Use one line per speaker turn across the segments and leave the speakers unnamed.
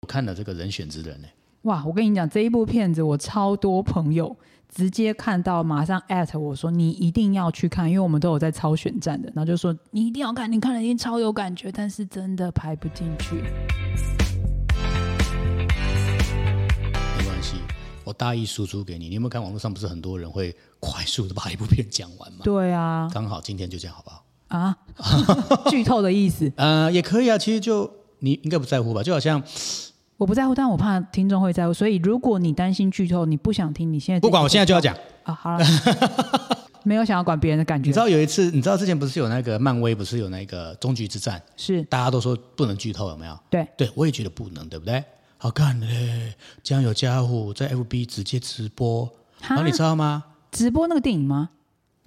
我看了这个人选之人呢、
哇，我跟你讲，这一部片子我超多朋友直接看到，马上艾特我说你一定要去看，因为我们都有在超选站的，然后就说你一定要看，你看了一定超有感觉，但是真的排不进去。
没关系，我大意输出给你。你有没有看网络上不是很多人会快速的把一部片讲完吗？
对啊，
刚好今天就这样，好不好？
啊， 剧透的意思，
呃，也可以啊。其实就你应该不在乎吧？就好像
我不在乎，但我怕听众会在乎，所以如果你担心剧透，你不想听，你现在
不管，我现在就要讲。
啊，好了， 没有想要管别人的感
你
觉
知，道有一次，你知道之前不是有那个漫威，不是有那个终局之战，
是
大家都说不能剧透，有没有？
对，
对，我也觉得不能，对不对？好看嘞，这样有家伙在 FB 直接直播，然后你知道吗？
直播那个电影吗？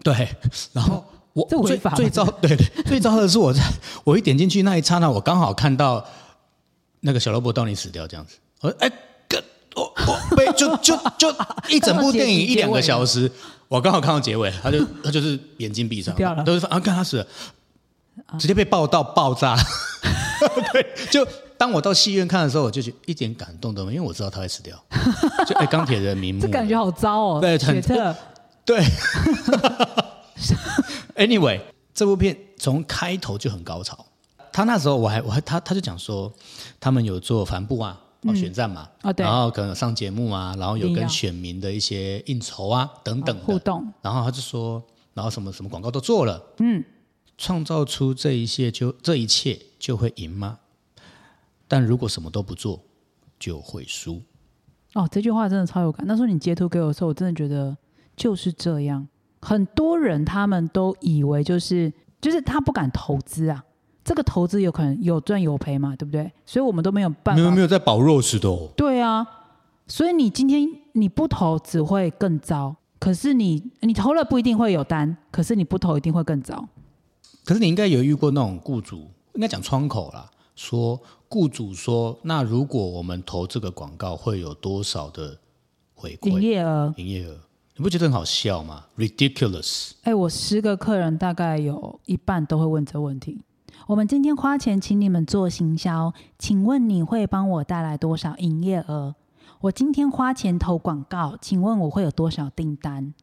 对，然后我
这违
最
法吧
最糟，对对，最糟的是我在我一点进去那一刹那，我刚好看到那个小萝卜到你死掉这样子，我说哎，跟我我被就就就一整部电影一两个小时，我刚好看到结尾，他就他就是眼睛闭上
死掉了啊
都是啊，看他死了，直接被爆到爆 炸，对，就。当我到戏院看的时候，我就觉得一点感动都没有，因为我知道他会死掉。就哎，钢铁人明目
这
了，
感觉好糟哦，
嗯对很
雪 特，
对，anyway，这部片从开头就很高潮。他那时候我还我还他他就讲说，他们有做帆布啊，哦、选战嘛，
哦对
然后可能有上节目啊，然后有
一定
跟
要哦
选民的一些应酬啊等等
互
的，
动，
然后他就说，然后什么什么广告都做了，嗯，创造出这一切就这一切就会赢吗？但如果什么都不做，就会输。
哦，这句话真的超有感。那时候你截图给我的时候，我真的觉得就是这样。很多人他们都以为就是就是他不敢投资啊，这个投资有可能有赚有赔嘛，对不对？所以我们都没有办法。
有在保肉食的哦，
对啊，所以你今天你不投只会更糟。可是你你投了不一定会有单，可是你不投一定会更糟。
可是你应该有遇过那种雇主，应该讲窗口啦，说雇主说，那如果我们投这个广告，会有多少的回
营
馈
业额，
营业额？你不觉得很好笑吗？Ridiculous！
哎，我十个客人大概有一半都会问这问题。我们今天花钱请你们做行销，请问你会帮我带来多少营业额？我今天花钱投广告，请问我会有多少订单？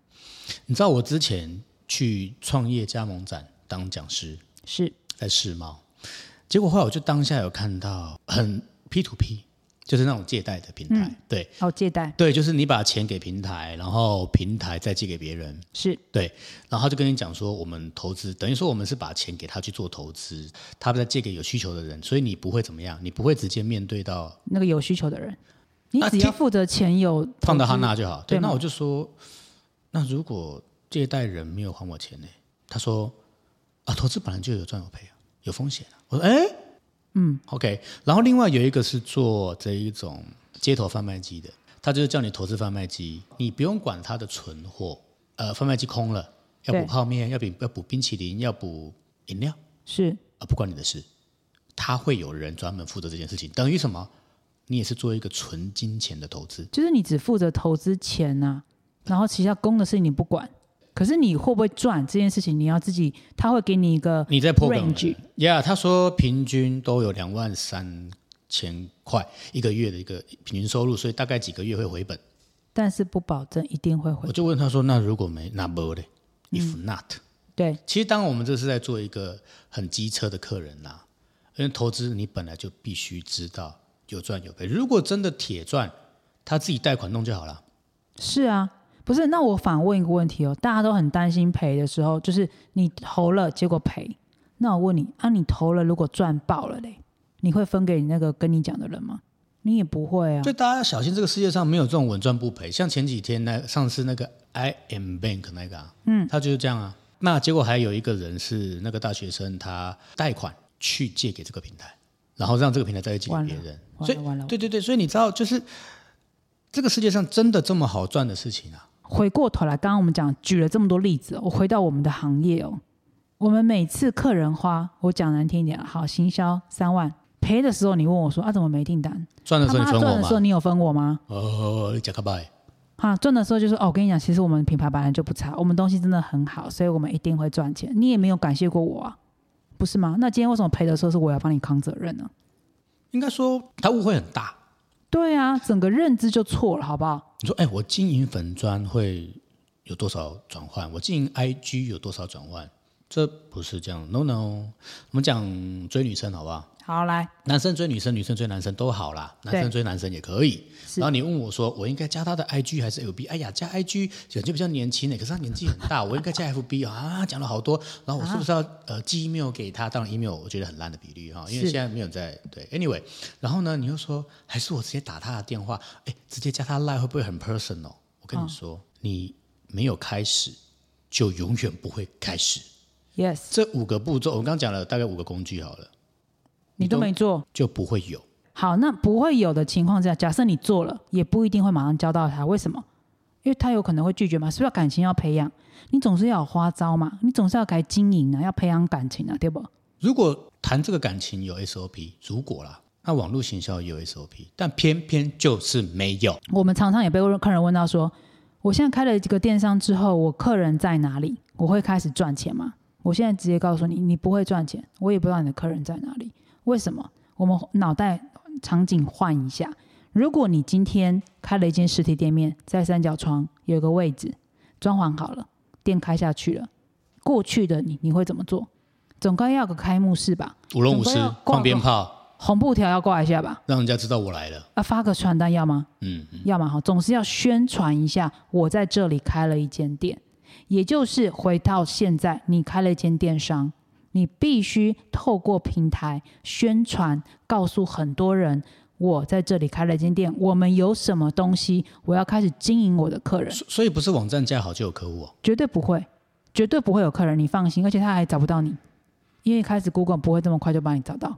你知道我之前去创业加盟展当讲师，
是
在世贸，结果后来我就当下有看到很 P to P，就是那种借贷的平台，对
哦，借贷
对，就是你把钱给平台，然后平台再借给别人，
是
对，然后他就跟你讲说，我们投资等于说我们是把钱给他去做投资，他再借给有需求的人，所以你不会怎么样，你不会直接面对到
那个有需求的人，你
那
只
听
要负责钱有
放到他
投资
那就好。对，
对吗
那我就说，那如果借贷人没有还我钱呢？他说啊，投资本来就有赚有赔啊，有风险啊。我说哎，嗯，OK。然后另外有一个是做这一种街头贩卖机的，他就是叫你投资贩卖机，你不用管它的存货，呃，贩卖机空了，要补
对
泡面，要补要补冰淇淋，要补饮料。
是
啊，不关你的事，他会有人专门负责这件事情，等于什么？你也是做一个纯金钱的投资，
就是你只负责投资钱呐、然后其他公的事情你不管。可是你会不会赚这件事情，你要自己，他会给你一个
你在破梗
range，
呀他说平均都有两万三千块一个月的一个平均收入，所以大概几个月会回本。
但是不保证一定会回嗯
我。就问他说：“那如果没那不嘞？If not，、
对，
其实当我们这是在做一个很机车的客人呐、啊因为投资你本来就必须知道有赚有赔。如果真的铁赚，他自己贷款弄就好了。
是啊，不是？那我反问一个问题哦，大家都很担心赔的时候，就是你投了结果赔，那我问你，啊，你投了如果赚爆了嘞，你会分给你那个跟你讲的人吗？你也不会啊
所。以大家要小心，这个世界上没有这种稳赚不赔。像前几天那上次那个 I M Bank 那个、啊，嗯，他就是这样啊。那结果还有一个人是那个大学生，他贷款去借给这个平台，然后让这个平台再去借给别人。
完
所
了
以
完了完了
对对对，所以你知道，就是这个世界上真的这么好赚的事情啊？
回过头来，刚刚我们讲举了这么多例子哦，我回到我们的行业哦，我们每次客人花，我讲难听一点啊，好，行销三万，赔的时候你问我说啊，怎么没订单？
赚的
他
时候你
妈
分
赚
我
的时候
吗？
你有分我吗？
哦，加卡拜，
啊，赚的时候就说哦，我跟你讲，其实我们品牌本来就不差，我们东西真的很好，所以我们一定会赚钱。你也没有感谢过我啊，不是吗？那今天为什么赔的时候是我要帮你扛责任呢？
应该说他误会很大。
对啊，整个认知就错了，好不好？
你说，哎，我经营粉砖会有多少转换？我经营 IG 有多少转换？这不是这样，no no。我们讲追女生好不好？
好，来，
男生追女生，女生追男生都好啦，
对
男生追男生也可以。
是
然后你问我说，我应该加他的 IG 还是 FB？哎呀，加 IG 感觉比较年轻欸呢，可是他年纪很 大，我应该加 FB 啊？讲了好多，然后我是不是要、呃寄 email 给他？当然 email 我觉得很烂的比率哈，因为
是
现在没有在对。Anyway，然后呢，你又说还是我直接打他的电话，哎，直接加他 line 会不会很 personal？我跟你说，
嗯
你没有开始，就永远不会开始。
Yes，
这五个步骤，我刚刚讲了大概五个工具好了，
你都没做
就不会有。
好，那不会有的情况下，假设你做了，也不一定会马上交到他，为什么？因为他有可能会拒绝嘛，是不是感情要培养？你总是要有花招嘛，你总是要该经营啊，要培养感情啊，对不？
如果谈这个感情有 SOP，如果啦，那网络行销也有 SOP，但偏偏就是没有。
我们常常也被问客人问到说，我现在开了这个电商之后，我客人在哪里？我会开始赚钱吗？我现在直接告诉你，你不会赚钱，我也不知道你的客人在哪里。为什么？我们脑袋场景换一下，如果你今天开了一间实体店面，在三角窗有个位置，装潢好了，店开下去了，过去的你你会怎么做？总该要有个开幕式吧，
舞龙舞
总归
狮
要挂
放
个
鞭炮，
红布条要挂一下吧，
让人家知道我来了。
啊，发个传单要吗？
嗯，嗯
要么哈，总是要宣传一下我在这里开了一间店。也就是回到现在，你开了一间电商，你必须透过平台宣传，告诉很多人我在这里开了一间店，我们有什么东西，我要开始经营我的客人，
所所以不是网站架好就有客户哦。
绝对不会，绝对不会有客人，你放心，而且他还找不到你，因为一开始 Google 不会这么快就帮你找到，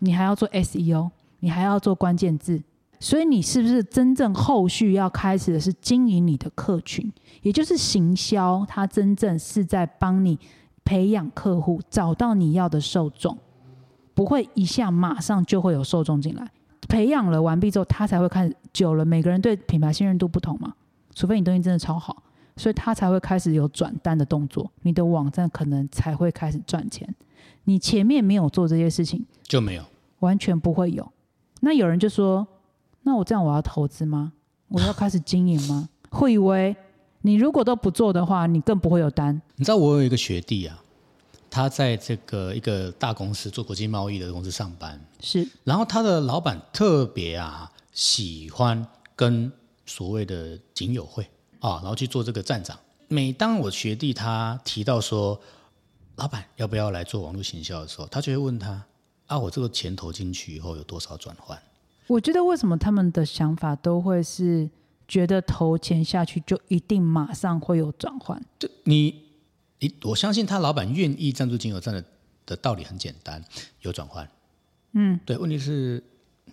你还要做 SEO，你还要做关键字，所以你是不是真正后续要开始的是经营你的客群，也就是行销，它真正是在帮你培养客户，找到你要的受众，不会一下马上就会有受众进来。培养了完毕之后，他才会开始。久了，每个人对品牌信任度不同嘛，除非你东西真的超好，所以他才会开始有转单的动作，你的网站可能才会开始赚钱。你前面没有做这些事情，
就没有，
完全不会有。那有人就说：“那我这样我要投资吗？我要开始经营吗？” 会以为你如果都不做的话，你更不会有单。
你知道我有一个学弟啊，他在这个一个大公司做国际贸易的公司上班，
是
然后他的老板特别啊喜欢跟所谓的警友会啊，然后去做这个站长。每当我学弟他提到说，老板要不要来做网络行销的时候，他就会问他啊，我这个钱投进去以后有多少转换？
我觉得为什么他们的想法都会是觉得投钱下去就一定马上会有转换？
这你你，我相信他老板愿意赞助金额占的的道理很简单，有转换。嗯，对，问题是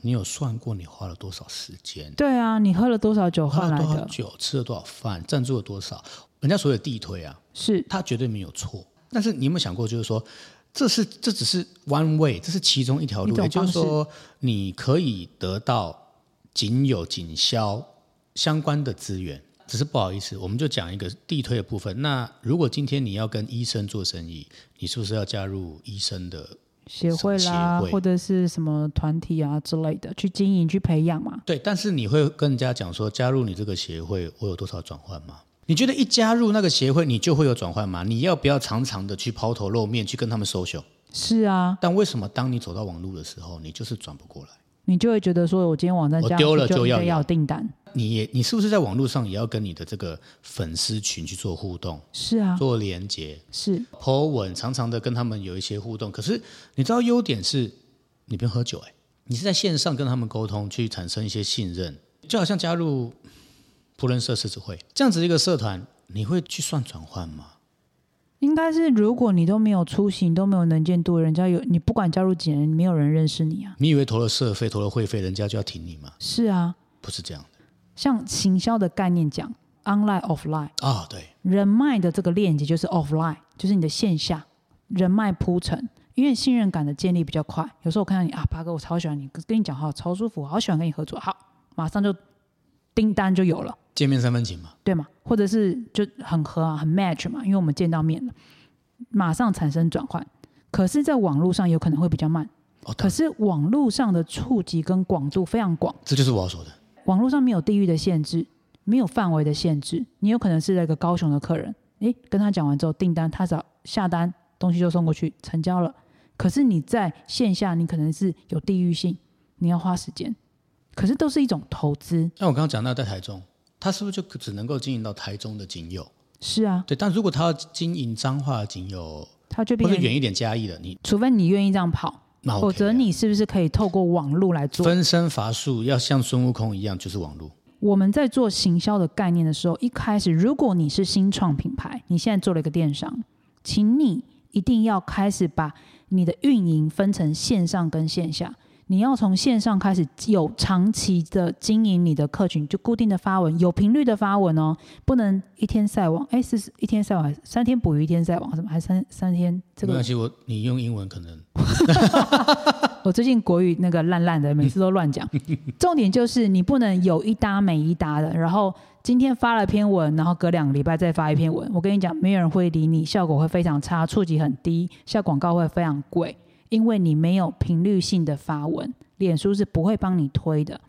你有算过你花了多少时间？
对啊，你喝了多少酒
花
换
了
来
多少
的？
酒？吃了多少饭？赞助了多少？人家所有地推啊，
是
他绝对没有错。但是你有没有想过，就是说，这是这只是 one way，这是其中一条
一
路，
种
也就是
方式
说，你可以得到仅有仅销相关的资源。只是不好意思，我们就讲一个地推的部分。那如果今天你要跟医生做生意，你是不是要加入医生的？
协会啦，
协会
或者是什么团体啊之类的，去经营、去培养嘛。
对，但是你会跟人家讲说，加入你这个协会，我有多少转换吗？你觉得一加入那个协会，你就会有转换吗？你要不要常常的去抛头露面，去跟他们 social？
是啊，
但为什么当你走到网络的时候，你就是转不过来？
你就会觉得说，我今天网站
我
加
丢
上
了
去
就
就应
要
该
有
要有订单。
你也你是不是在网络上也要跟你的这个粉丝群去做互动、
是啊，
做连接、
是
po 文，常常的跟他们有一些互动？可是你知道优点是，你不用喝酒、欸，你是在线上跟他们沟通，去产生一些信任，就好像加入普伦社狮子会这样子一个社团，你会去算转换吗？
应该是，如果你都没有出行，都没有能见度，人家有你不管加入几人，没有人认识你啊。
你以为投了社费、投了会费，人家就要挺你吗？
是啊，
不是这样
像行销的概念讲，online offline，
的啊、对，
人脉的这个链接就是 offline，就是你的线下人脉铺陈，因为信任感的建立比较快。有时候我看到你啊，八哥，我超喜欢你，跟你讲话超舒服，好喜欢跟你合作，好，马上就订单就有了。
见面三分情嘛。
对吗？或者是就很合啊，很 match 嘛，因为我们见到面了，马上产生转换。可是，在网络上有可能会比较慢，
哦，
可是网络上的触及跟广度非常广，
这就是我要说的。
网络上没有地域的限制，没有范围的限制，你有可能是那个高雄的客人，诶，跟他讲完之后，订单他只要下单，东西就送过去，成交了。可是你在线下，你可能是有地域性，你要花时间，可是都是一种投资。
像我刚刚讲到在台中，他是不是就只能够经营到台中的仅有？
是啊，
对，但如果他要经营彰化的仅有，
它就
或
变
者
成，
远一点嘉义的，你
除非你愿意这样跑，
那 OK 啊
否则你是不是可以透过网络来做？
分身乏术，要像孙悟空一样，就是网络。
我们在做行销的概念的时候，一开始如果你是新创品牌，你现在做了一个电商，请你一定要开始把你的运营分成线上跟线下。你要从线上开始有长期的经营你的客群，就固定的发文，有频率的发文哦，不能一天晒网。哎，是是一天晒网，还是三天捕鱼一天晒网，什么还是三三天？这
没
个
关系，我你用英文可能
我最近国语那个烂烂的，每次都乱讲。重点就是你不能有一搭没一搭的，然后今天发了篇文，然后隔两个礼拜再发一篇文。我跟你讲，没有人会理你，效果会非常差，触及很低，下广告会非常贵，因为你没有频率性的发文，脸书是不会帮你推的。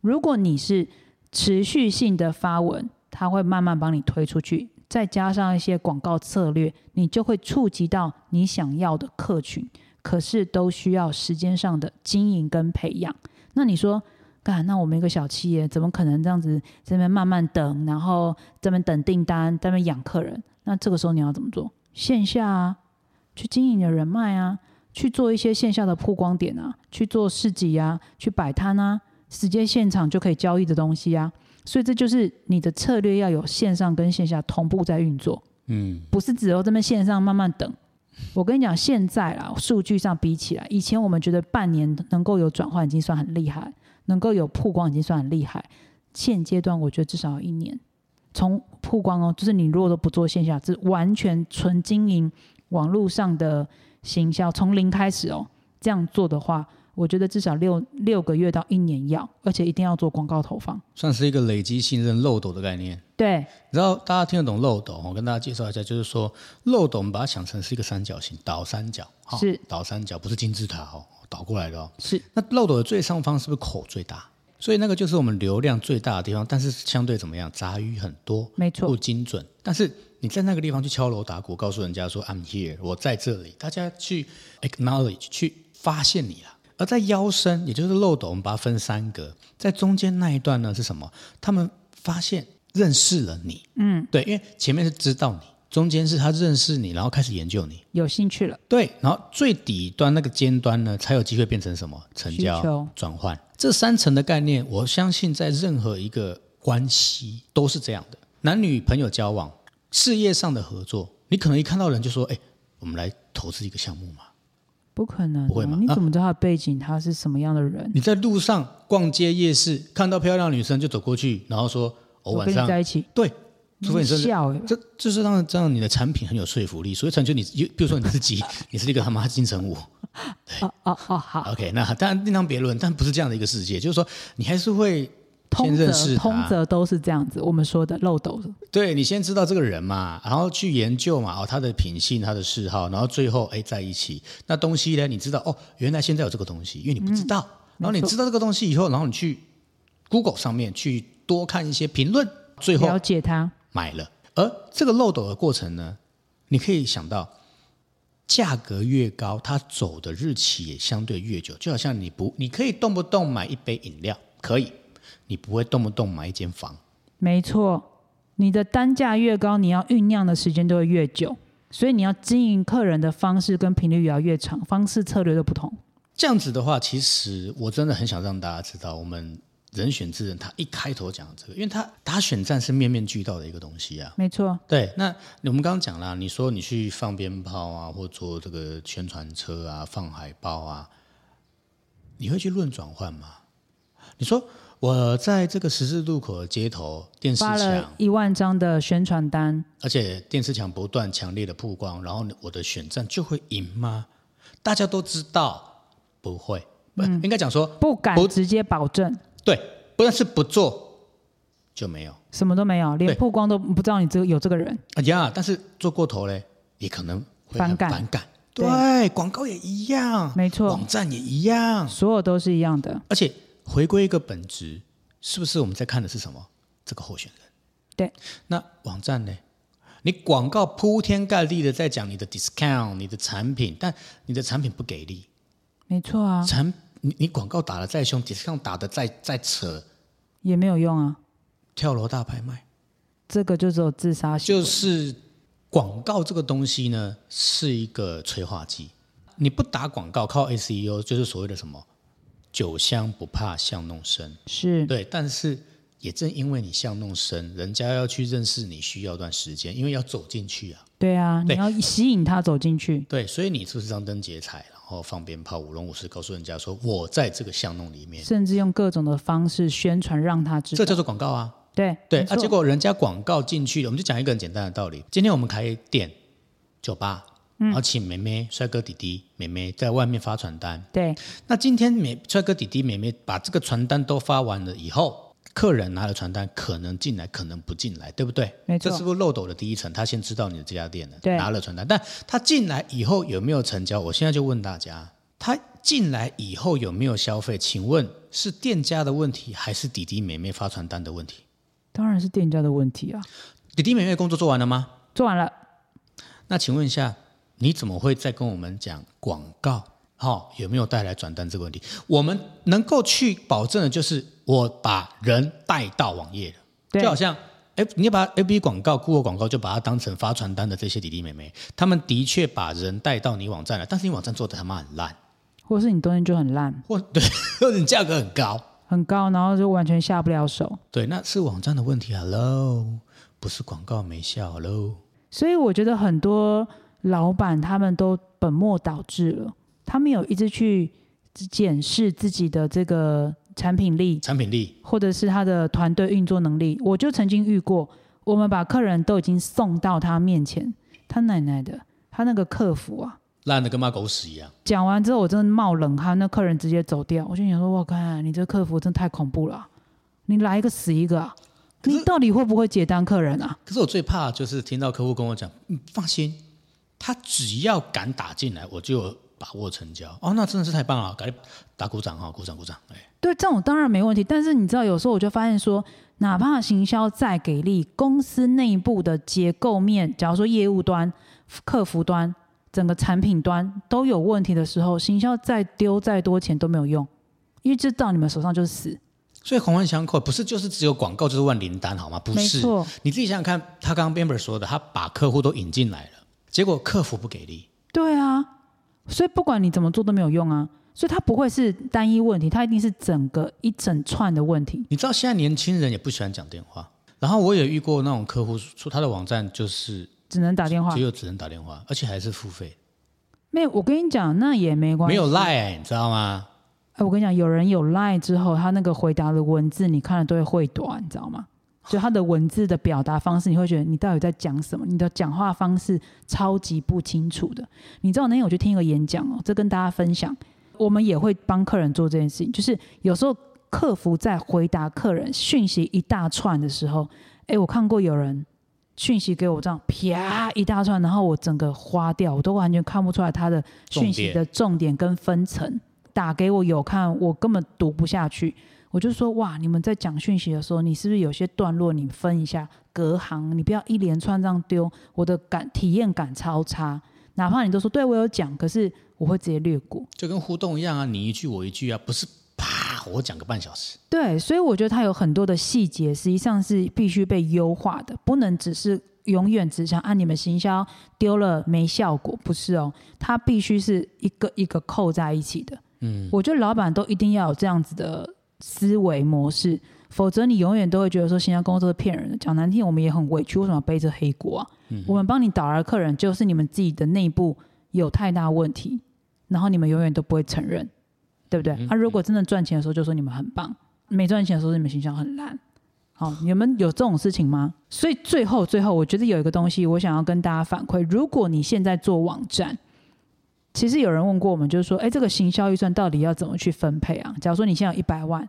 如果你是持续性的发文，它会慢慢帮你推出去，再加上一些广告策略，你就会触及到你想要的客群。可是都需要时间上的经营跟培养。那你说，干，那我们一个小企业怎么可能这样子这边慢慢等，然后这边等订单，这边养客人？那这个时候你要怎么做？线下啊，去经营你的人脉啊，去做一些线下的曝光点啊，去做市集啊，去摆摊啊，直接现场就可以交易的东西啊。所以这就是你的策略要有线上跟线下同步在运作。
嗯，
不是只有这么线上慢慢等。我跟你讲，现在啦，数据上比起来，以前我们觉得半年能够有转换已经算很厉害，能够有曝光已经算很厉害。现阶段我觉得至少要一年，从曝光哦，就是你如果都不做线下，是完全纯经营网络上的行销，从零开始哦，这样做的话，我觉得至少六六个月到一年要，而且一定要做广告投放。
算是一个累积信任漏斗的概念。
对，
你知道大家听得懂漏斗？我跟大家介绍一下，就是说漏斗，我们把它想成是一个三角形，倒三角，哈
是
倒三角，不是金字塔哦，倒过来的哦。
是
那漏斗的最上方是不是口最大？所以那个就是我们流量最大的地方，但是相对怎么样，杂鱼很多，
没错
不精准。但是你在那个地方去敲锣打鼓，告诉人家说 I'm here，我在这里，大家去 acknowledge，去发现你了。而在腰身，也就是漏斗，我们把它分三格，在中间那一段呢是什么？他们发现认识了你，嗯，对，因为前面是知道你，中间是他认识你，然后开始研究你，
有兴趣了，
对，然后最底端那个尖端呢，才有机会变成什么成
需求
交转换。这三层的概念，我相信在任何一个关系都是这样的，男女朋友交往、事业上的合作，你可能一看到人就说：“哎，我们来投资一个项目嘛。
不可能、啊
不会啊吗
你怎么知道他的背景，他是什么样的人”？
你在路上逛街夜市，看到漂亮女生就走过去，然后说：“我
我
晚
跟你
上
在一起，
对，除非你真的
笑、欸，
这就是让让你的产品很有说服力，所以成就你，比如说你自己， 你是一个他妈金城武，
哦哦哦，好，
OK，那当然另当别论，但不是这样的一个世界，就是说你还是会
通
先认
则
识
通
他，
则都是这样子，我们说的漏斗的
对你先知道这个人嘛，然后去研究嘛，哦，他的品性、他的嗜好，然后最后哎在一起。那东西呢，你知道哦，原来现在有这个东西，因为你不
嗯
知道，然后你知道这个东西以后，然后你去 Google 上面去多看一些评论，最后
了解他，
买了。而这个漏斗的过程呢，你可以想到，价格越高，它走的日期也相对越久。就好像你不，你可以动不动买一杯饮料，可以，你不会动不动买一间房。
没错。你的单价越高，你要酝酿的时间就会越久，所以你要经营客人的方式跟频率也要越长，方式策略都不同。
这样子的话，其实我真的很想让大家知道，我们人选之人他一开头讲的这个，因为他打选战是面面俱到的一个东西啊。
没错，
对，那我们刚刚讲啊啦，你说你去放鞭炮啊，或做这个宣传车啊，放海报啊，你会去论转换吗？你说我在这个十字路口的街头，电视
发
墙
了，一万张的宣传单，
而且电视墙不断强烈的曝光，然后我的选战就会赢吗？大家都知道不会，不、应该讲说
不敢
不
直接保证，
对，不但是不做就没有。
什么都没有，连
对
曝光都不知道你这个有这个人。
哎呀，但是做过头嘞，也可能会
反
很
感
反感。
对
对，广告也一样，
没错
网站也一样。
所有都是一样的。
而且回归一个本质，是不是我们在看的是什么？这个候选人。
对，
那网站呢？你广告铺天盖地的在讲你的 discount、你的产品，但你的产品不给力，
没错啊，
产你你广告打的再凶，discount 打的再再扯，
也没有用啊，
跳楼大拍卖，
这个就只有自杀行为
就是广告这个东西呢，是一个催化剂。你不打广告，靠 SEO 就是所谓的什么“酒香不怕巷弄深”。
是
对，但是也正因为你巷弄深，人家要去认识你需要段时间，因为要走进去啊。
对啊，你
对
要吸引他走进去，
对，所以你是不是张灯结彩，然后放鞭炮、舞龙舞狮，告诉人家说我在这个巷弄里面，
甚至用各种的方式宣传让他知
这
道。
叫做广告啊。
对
对
没
啊，
错
结果人家广告进去，我们就讲一个很简单的道理。今天我们开店、酒吧，
嗯
然后请妹妹、帅哥、弟弟、妹妹在外面发传单。
对
那今天美帅哥、弟弟、妹妹把这个传单都发完了以后，客人拿了传单，可能进来，可能不进来，对不对？
没错
这是不是漏斗的第一层？他先知道你的这家店了，
对
拿了传单，但他进来以后有没有成交？我现在就问大家，他进来以后有没有消费？请问是店家的问题，还是弟弟妹妹发传单的问题？
当然是店家的问题啊。
弟弟妹妹工作做完了吗？
做完了，
那请问一下，你怎么会再跟我们讲广告？哦，有没有带来转单这个问题？我们能够去保证的就是我把人带到网页了，
对
就好像。哎，你把 A B 广告、酷我广告就把它当成发传单的这些弟弟妹妹，他们的确把人带到你网站了，但是你网站做的他妈很烂，
或是你东西就很烂
或对，或者你价格很高，
很高，然后就完全下不了手。
对，那是网站的问题啊喽，不是广告没效喽。
所以我觉得很多老板他们都本末倒置了，他们有一直去检视自己的这个产品力，
产品力
或者是他的团队运作能力。我就曾经遇过，我们把客人都已经送到他面前，他奶奶的，他那个客服啊，
烂的跟骂狗屎一样。
讲完之后我真的冒冷汗，那客人直接走掉。我就想说，我看你这客服真太恐怖了啊，你来一个死一个啊！
是
你到底会不会解单客人啊？
可是我最怕就是听到客户跟我讲，嗯，放心，他只要敢打进来，我就有把握成交。哦，那真的是太棒了，赶紧打鼓掌哈、鼓掌鼓掌，哎，
对，这种当然没问题。但是你知道，有时候我就发现说，哪怕行销再给力，公司内部的结构面，假如说业务端、客服端、整个产品端都有问题的时候，行销再丢再多钱都没有用，因为这到你们手上就是死。
所以环环相扣，不是就是只有广告就是万灵丹好吗？不
没
是，
错，
你自己想想看，他刚刚 Bamber 说的，他把客户都引进来了，结果客服不给力，
对啊。所以不管你怎么做都没有用啊。所以它不会是单一问题，它一定是整个一整串的问题。
你知道现在年轻人也不喜欢讲电话，然后我也遇过那种客户说他的网站就是
只能打电话
只，有只能打电话，而且还是付费，
没有。我跟你讲，那也没关系。啊
没有 Line，你知道吗？
哎，我跟你讲，有人有 line 之后，他那个回答的文字，你看了都会会短，你知道吗？就他的文字的表达方式，你会觉得你到底在讲什么？你的讲话方式超级不清楚的。你知道那天我去听一个演讲哦，这跟大家分享，我们也会帮客人做这件事情，就是有时候客服在回答客人讯息一大串的时候，哎，我看过有人讯息给我这样啪一大串，然后我整个花掉，我都完全看不出来他的讯息的重点跟分层。打给我有看，我根本读不下去。我就说哇，你们在讲讯息的时候，你是不是有些段落你分一下隔行，你不要一连串这样丢，我的感体验感超差。哪怕你都说对我有讲，可是我会直接略过。
就跟互动一样啊，你一句我一句啊，不是啪我讲个半小时。
对，所以我觉得它有很多的细节，实际上是必须被优化的，不能只是永远只想按你们行销丢了没效果，不是哦，它必须是一个一个扣在一起的。嗯，我觉得老板都一定要有这样子的思维模式，否则你永远都会觉得说行销公司是骗人的。讲难听，我们也很委屈，为什么要背着黑锅啊？我们帮你导来的客人，就是你们自己的内部有太大问题，然后你们永远都不会承认，对不对？他、如果真的赚钱的时候，就说你们很棒。没赚钱的时候，你们形象很烂。好，你们有这种事情吗？所以最后最后，我觉得有一个东西，我想要跟大家反馈：如果你现在做网站，其实有人问过我们，就是说，哎，这个行销预算到底要怎么去分配啊？假如说你现在有一百万，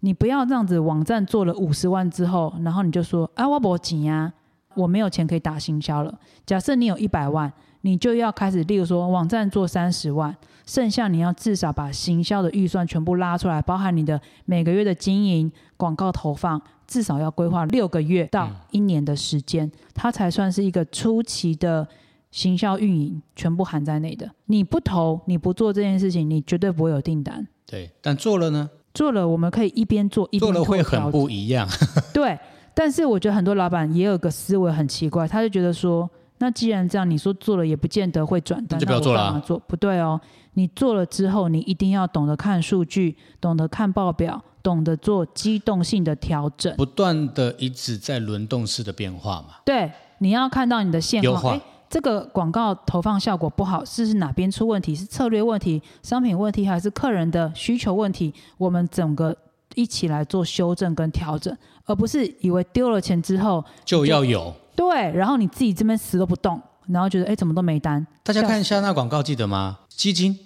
你不要这样子，网站做了五十万之后，然后你就说，啊，我没钱啊，我没有钱可以打行销了。假设你有一百万，你就要开始，例如说网站做三十万，剩下你要至少把行销的预算全部拉出来，包含你的每个月的经营、广告投放，至少要规划六个月到一年的时间，它才算是一个初期的行销运营，全部含在内的。你不投，你不做这件事情，你绝对不会有订单。
对，但做了呢，
做了，我们可以一边做一边
做了会
做调
很
整
不一样。
对，但是我觉得很多老板也有个思维很奇怪，他就觉得说，那既然这样，你说做了也不见得会转单，
那就不要
我
做了
干
啊
嘛做不对哦，你做了之后，你一定要懂得看数据，懂得看报表，懂得做机动性的调整。
不断的一直在轮动式的变化嘛。
对，你要看到你的现
优
况。
化
诶这个广告投放效果不好，是是哪边出问题？是策略问题、商品问题，还是客人的需求问题？我们整个一起来做修正跟调整，而不是以为丢了钱之后
就要有。
对，然后你自己这边死都不动，然后觉得哎怎么都没单，
大家看一下那广告，记得吗？基金，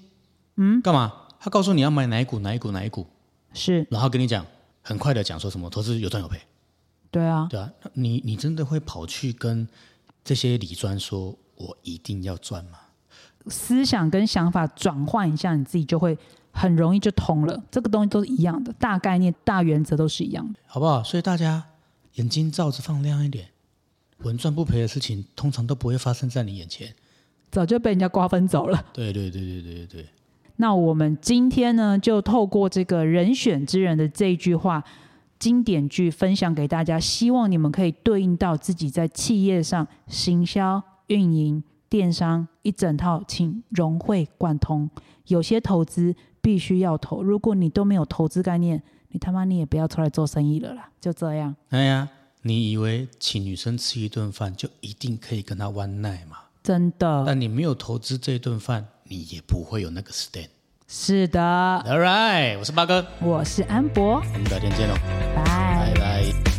嗯，干嘛？他告诉你要买哪一股，哪一股，哪一股，
是
然后跟你讲，很快的讲说什么投资有赚有赔，
对啊，
对啊，那你你真的会跑去跟这些理专说，我一定要赚吗？
思想跟想法转换一下，你自己就会很容易就通了。这个东西都是一样的，大概念、大原则都是一样的。
好不好？所以大家眼睛罩子放亮一点，稳赚不赔的事情通常都不会发生在你眼前。
早就被人家瓜分走了。
对对对对对对对，
那我们今天呢，就透过这个“人选之人”的这一句话，经典句分享给大家，希望你们可以对应到自己在企业上行销、运营、电商一整套，请融会贯通。有些投资必须要投，如果你都没有投资概念，你他妈你也不要出来做生意了啦，就这样。
哎呀，你以为请女生吃一顿饭就一定可以跟她 one night 吗？
真的
但你没有投资这一顿饭，你也不会有那个 stand。
是的，
All right，我是八哥，
我是安博，
我们改天见喽，
拜
拜拜。